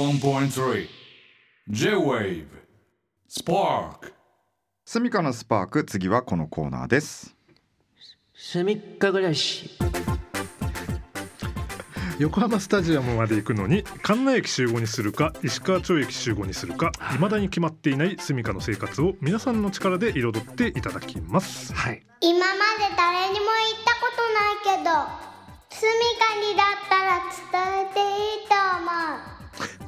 81.3 J-Wave Spark スミカのスパーク次はこのコーナーです隅っこ暮らし横浜スタジアムまで行くのに神奈駅集合にするか石川町駅集合にするか未だに決まっていない住処の生活を皆さんの力で彩っていただきますはい今まで誰にも言ったことないけどすみかにだったら伝えていいと思う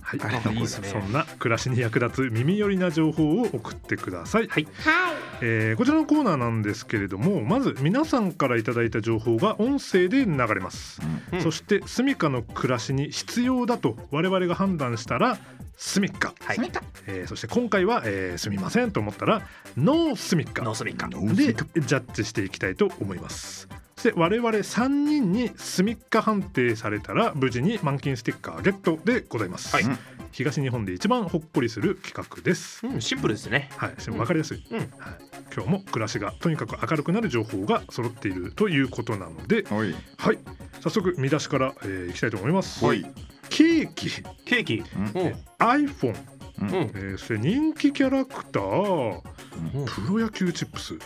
はい、あいいですねそんな暮らしに役立つ耳寄りな情報を送ってください、はいはいえーこちらのコーナーなんですけれどもまず皆さんからいただいた情報が音声で流れます、うんそして住処の暮らしに必要だと我々が判断したら住処、はいえーそして今回は、えーすみませんと思ったらノー住処ノースミッカでジャッジしていきたいと思いますそして我々3人に隅っか判定されたら無事に満金ステッカーゲットでございます、はい東日本で一番ほっこりする企画です、うんシンプルですねはい、しかも分かりやすい、うんはい、今日も暮らしがとにかく明るくなる情報が揃っているということなので、おいはい、早速見出しから、えーいきたいと思います、おいケーキケーキうんうん iPhone、うんえーそして人気キャラクターうんプロ野球チップおスい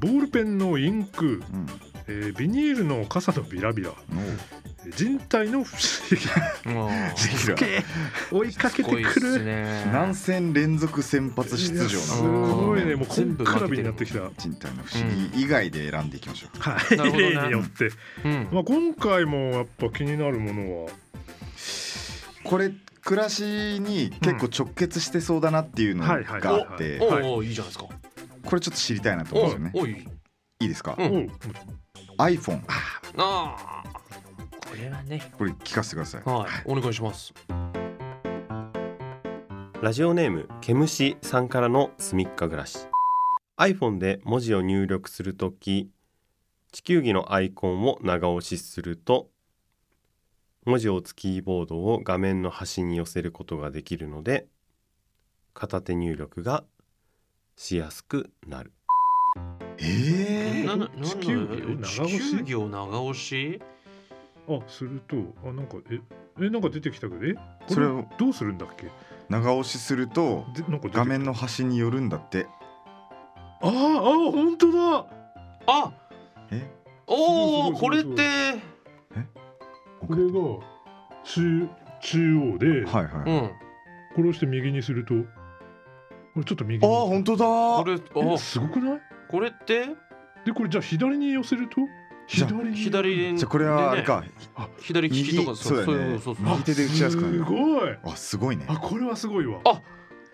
ボールペンのインク、うんえービニールの傘のビラビラ人体の不思もうおい議追いかけて濃いっくするね何戦連続先発出いやす場なごいねもうこ全ん部くらびになってきたは人体の不思議以外で選んでいきましょうい、なるほどね例によって、うんまあ、今回もやっぱ気になるものはこれ暮らしに結構直結してそうだなっていうのうんはいはいがあっておはいうおういいじゃないですかこれちょっと知りたいなと思おうんうですよねおいいいですかうんおう iPhone ああこれはねこれ聞かせてくださいはいお願いしますラジオネームケムシさんからのすみっか暮らし iPhone で文字を入力するとき地球儀のアイコンを長押しすると文字を打つキーボードを画面の端に寄せることができるので片手入力がしやすくなるええなな地球儀をなんだ長押し地球儀を長押しあするとあなんかええなんか出てきたけどえそれをどうするんだっけ長押しするとでなんか出てきた画面の端によるんだってあああ本当だあえおおすこごれいっすごいすごいてこれが中中央で、はいはういんこれをして右にするとこれちょっと右あにあ本当こだれえあすごくないこれってでこれじゃあ左に寄せるとじゃあ左に左にじゃあこれはあれか左利き右とかそうだいよのねそうそう右手で打ちやすくなするごいあすごいねあこれはすごいわあ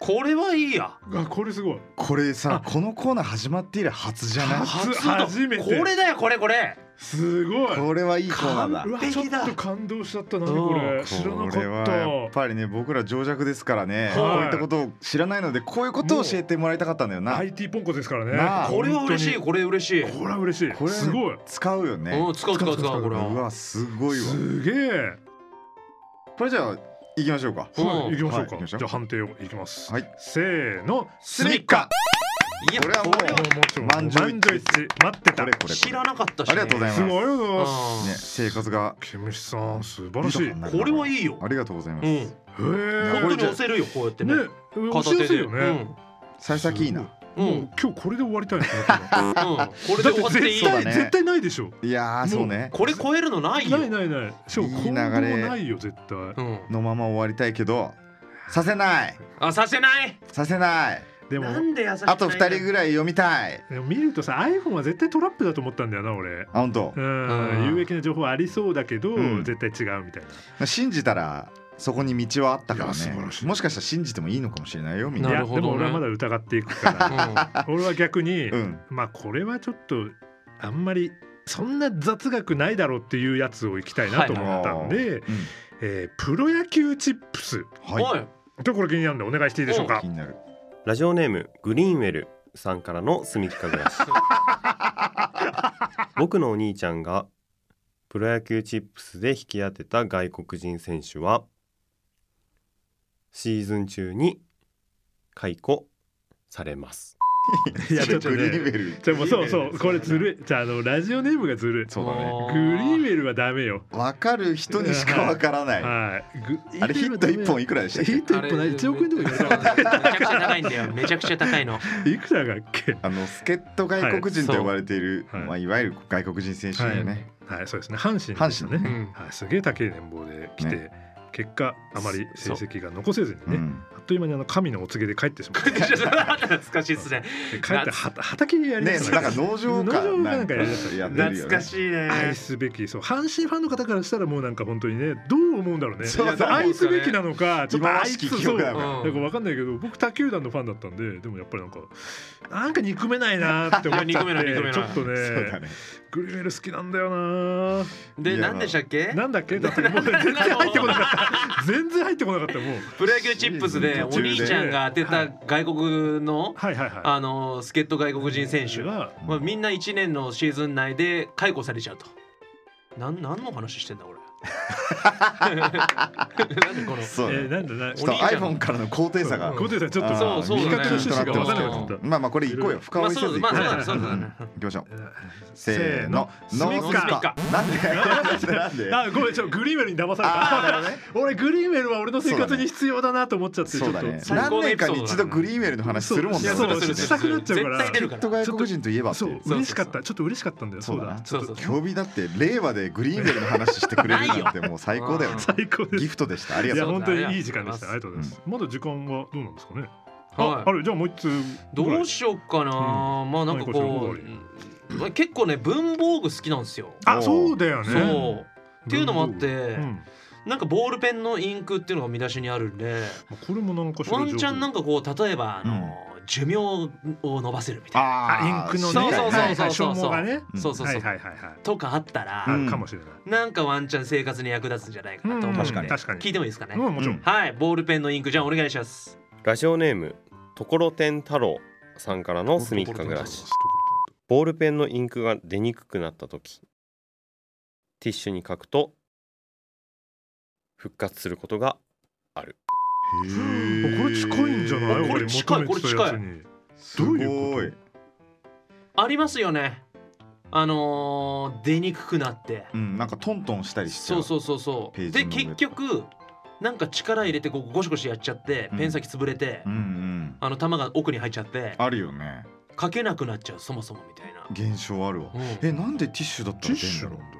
これはいいやあこれすごいこれさこのコーナー始まって以来初じゃない初だ初めてこれだよこれこれすごいこれはいいコーナーだうわちょ璧だっと感動しちゃったなうんこれ知らこなれかはっやったぱりね僕ら情弱ですからね、はいこういったことを知らないのでこういうことを教えてもらいたかったんだよな、 IT ポンコツですからねなあこれは嬉しい本これ嬉しい当にこれは嬉しいこれはねすごい使うよね、うん使う使う使うこれはうわすごいわすげえこれじゃあ行きましょうかうんはい行きましょうはい行きかましょじうゃあ判定をいきますはいせーのスミッカいやこれはもうこれはもちろん満場一致満場一致待ってこたれこれ知こらなかったしありがとうございますごいありがとうございますれ、ね、生ま活がケムシさん素晴らしいへ豊かになるこれはいいよありがとうございます、うんねえ本当に押せるよこうやってねね、押しやすいよね。幸先いいな、うんうんうもんう今日これで終わりた いですね。だこれで終わっってていい絶そうだ対ね絶対ないでしょ。いやーそうねこれ超えるのないよないないない。しかもいい今流れ後もないよ絶対。うんのまま終わりたいけどさせないあさせないさせないでもなんで優しくないあと2人ぐらい読みたいでも見るとさ、iPhone は絶対トラップだと思ったんだよな俺。あ本当う、うんん、有益な情報ありそうだけど、うん絶対違うみたい信じたらそこに道はあったからいや素ね晴らしいもしかしたら信じてもいいのかもしれないよみんな。ないなや、るほどでねも俺はまだ疑っていくかう ら。俺は逆に、うんまあこれはちょっとあんまりそんな雑学ないだろうっていうやつを行きたいなと思ったんで、うえープロ野球チップん、ス。んはおいいちょっとこれ気になるんでお願いしていいでしょうか気。になるラジオネームグリーンウェルさんからのすみっか暮らし僕のお兄ちゃんがプロ野球チップスで引き当てた外国人選手はシーズン中に解雇されますいやそれちょっとグねリーンベルじゃあもうそうそうこれずるいじゃああのラジオネームがずるいそうだねグリーベルはダメよわかる人にしかわからない、はいグリーあれヒベッルはトダメ1本いくらでしたっヒけット1本ない1億円とかいくらだっめちゃくちゃ高いんだよめちゃくちゃ高いのけいくらだっけあの助っ人外国人と呼ばれている、はいいまあ、いわゆる外国人選手だよね、はいそうですね阪神でした阪ね、神うん はい、すげえ高い年俸で来て、結果あまり成績が残せずにうね、んあっという間にあの神のお告げで帰ってしまって帰懐かしいっすねってはた畑やりだねしたなんか農場か農場かなんかやりだやってるよ懐かねしいね愛すべきそう阪神ファンの方からしたらもうなんか本当にねどう思うんだろうねそういやそう愛すべきなのかちょっと今愛らしすきそう記憶だから、うなんかわかんないけど僕他球団のファンだったんででもやっぱりなんかなんか憎めないなって思っちゃっいや憎めない憎めてないちょっとそうだねねグリベル好きなんだよなで何でしたっけなんだっけだってもう全然入ってこなかった全然入ってこなかったもうプロ野球チップスでお兄ちゃんが当てた外国のはいはいはいあの助っ人外国人選手がまあ、みんな1年のシーズン内で解雇されちゃうと。なん何の話してんだ俺。な んでこのそうえだねー、なんだなちょっとお兄ちゃん iPhone からの高低差が、うん小手さんちょっとあーそうそう比だね較の趣旨が分からなかちょっっとなってますたまあまあこれ行こうよ深追まあいせそうずま行あこそううよだねそうだね。行きましょうせせーのーのノーススミカカなんでなんで あごめんちょっとグリーンベルに騙されあーなるたほどね俺グリーンベルは俺の生そうだ活ねに必要だなと思っちゃってちょそっうとだね最何高の年エピかソーにドだな一度グリーンウェルの話するもん いねやそうそうしたくなっちゃうから絶対出るかとら。外国人といえばってそいうう嬉しかったちょっと嬉しかったんだよそそううだだなちょっそとう曜日だって令和でグリーンベルの話してくれるなんてもう最高だよねないよ最高ですギフトでしたありいがやとう本当にいい時間でしたあありりがとうございますまだ時間はどうなんですかねああはい。れじゃあもう一通どうしよっかな。まあなんかこはいこちらうまあ結構ね文房具好きなんですよ。あそうだよねそう。っていうのもあっうてん、まなんかボールペンのインクっていうのが見出しにあるんで、あこれもなんかしらワンチャンなんかこう例えばあの寿命を伸ばせるみたいな。あインクのそうねそうそうはいはい消耗がねうんそうそうはそ。いうはいはいはいとかあったら。あうんるかもしれないなんかワンチャン生活に役立つんじゃないかなとうん思って確かに確かに聞いてもいいですかね、うんもちろんはいボールペンのインクじゃんお願いしますラジオネームところてん太郎さんからのすみっか暮らしボールペンのインクが出にくくなった時ティッシュに書くと復活することがこれ近いんじゃないあこれ近い俺求めてたやつにすどういうこごいありますよねあのー出にくくなってうんなんかトントンしたりしてそうそうそうそペーうジでの上結局なんか力入れてこうゴシゴシやっちゃってうんペン先潰れて、うんうんあの玉が奥に入っちゃってあるよね書けなくなっちゃうそもそもみたいな、現象あるわうんえなんでティッシュだったテらィッ出んシだュろなうんだ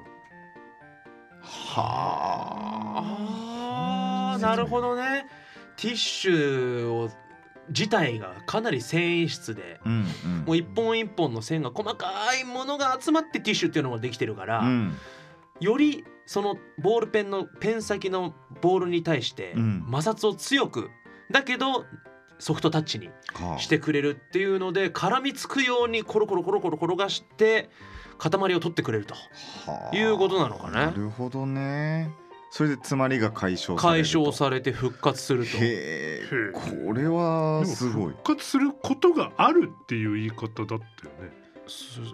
はああーなるほどねティッシュを自体がかなり繊維質でうんもう一本一本の線が細かいものが集まってティッシュっていうのもできてるから、うんよりそのボールペンのペン先のボールに対してうん摩擦を強くだけどソフトタッチにはあしてくれるっていうので絡みつくようにコロコロコロコロ転がして塊を取ってくれるとはあいうことなのかねなるほどねそれで詰まりが解消され解ると消されて復活するとへえへえこれはでもすごい復活することがあるっていう言い方だったよね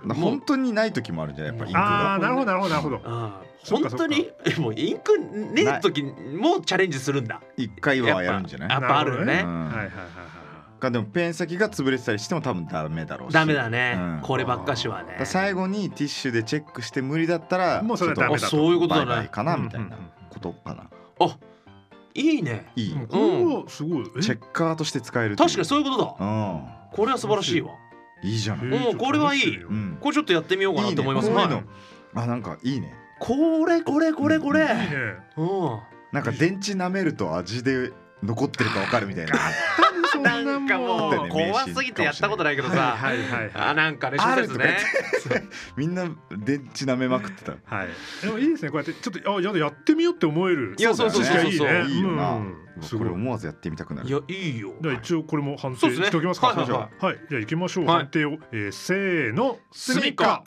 なもう本当にない時もあるんじゃないやっぱインクああがなるほどなるほどなるほどああそっ本かそ当っかにえもうインクねえ時もチャレンジするんだ一回やっはぱやるんじゃないやっぱあるよなねるうんはいはいはいはいかでもペン先が潰れてたりしても多分ダメだろうしダメだね、うんこればっかしはだねから最後にティッシュでチェックして無理だったらもうそれはちょっダメあだとそういうことバだイバイねかなみたいなうんうんうんことかなあいいねいいうんこれはすごいえチェッカーとして使えるという確かにそういうことだうんこれは素晴らしいわいいじゃないへえうんこれはいいちょっと試してみよううんこれちょっとやってみようかなと思いますいいねこういうのはいあなんかいいねこれこれこれこれいいねうんなんか電池舐めると味で残ってるかわかるみたいなそんなもなんんかもだっうてね怖すぎてやったことないけどさはいはいはいあなんかねあ小る説とか言っねてみんな電池舐めまくってたはい。でもいいですね。こうやってちょっとあやだやってみようって思える。いやそうそうそうそういいね。いいよな、うんすこごれい。思わずやってみたくないるやいいよじゃあ一応これも判そ定うですねしておきますか。はいはいははいじゃあ行きましょう。はい判定を、えー、せーの。スミカ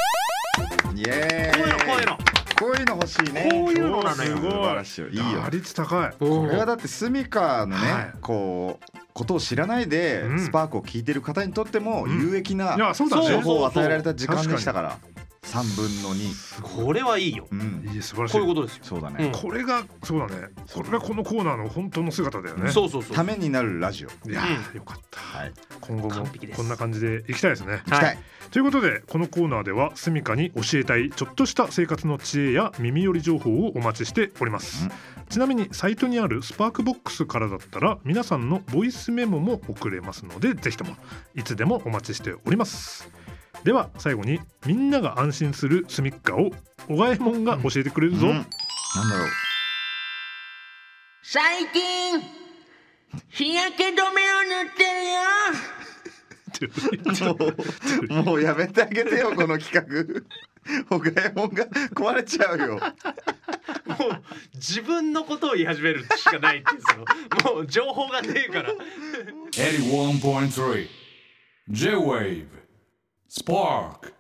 イエーイこういうのこういうのこういうの欲しいねこういうのなのすよごい。素晴らしいよいいよ打率高い。これはうんだってスミカのね、はいこうことを知らないで、うんスパークを聞いてる方にとってもうん有益なやそうだそう情ね。報を与えられた時間でしたから、 3分の2、これはいいようん、いい素晴らしいこういうことですよそうだうんね、これがそうだねこれがこのコーナーの本当の姿だよねそうそうそうためになるラジオ行いやーよかった、はい今後も完璧ですこんな感じでいきたいですねきたい、ということでこのコーナーではスミカに教えたいちょっとした生活の知恵や耳寄り情報をお待ちしておりますうんちなみにサイトにあるスパークボックスからだったら皆さんのボイスメモも送れますのでぜひともいつでもお待ちしておりますでは最後にみんなが安心するスミッカを小川えもんが教えてくれるぞ、うんなんだろう最近日焼け止めを塗ってるよ もうもうやめてあげてよこの企画 おかえもんが壊れちゃうよもう自分のことを言い始めるしかないっていうのもう情報がねえから81.3 J-Wave Spark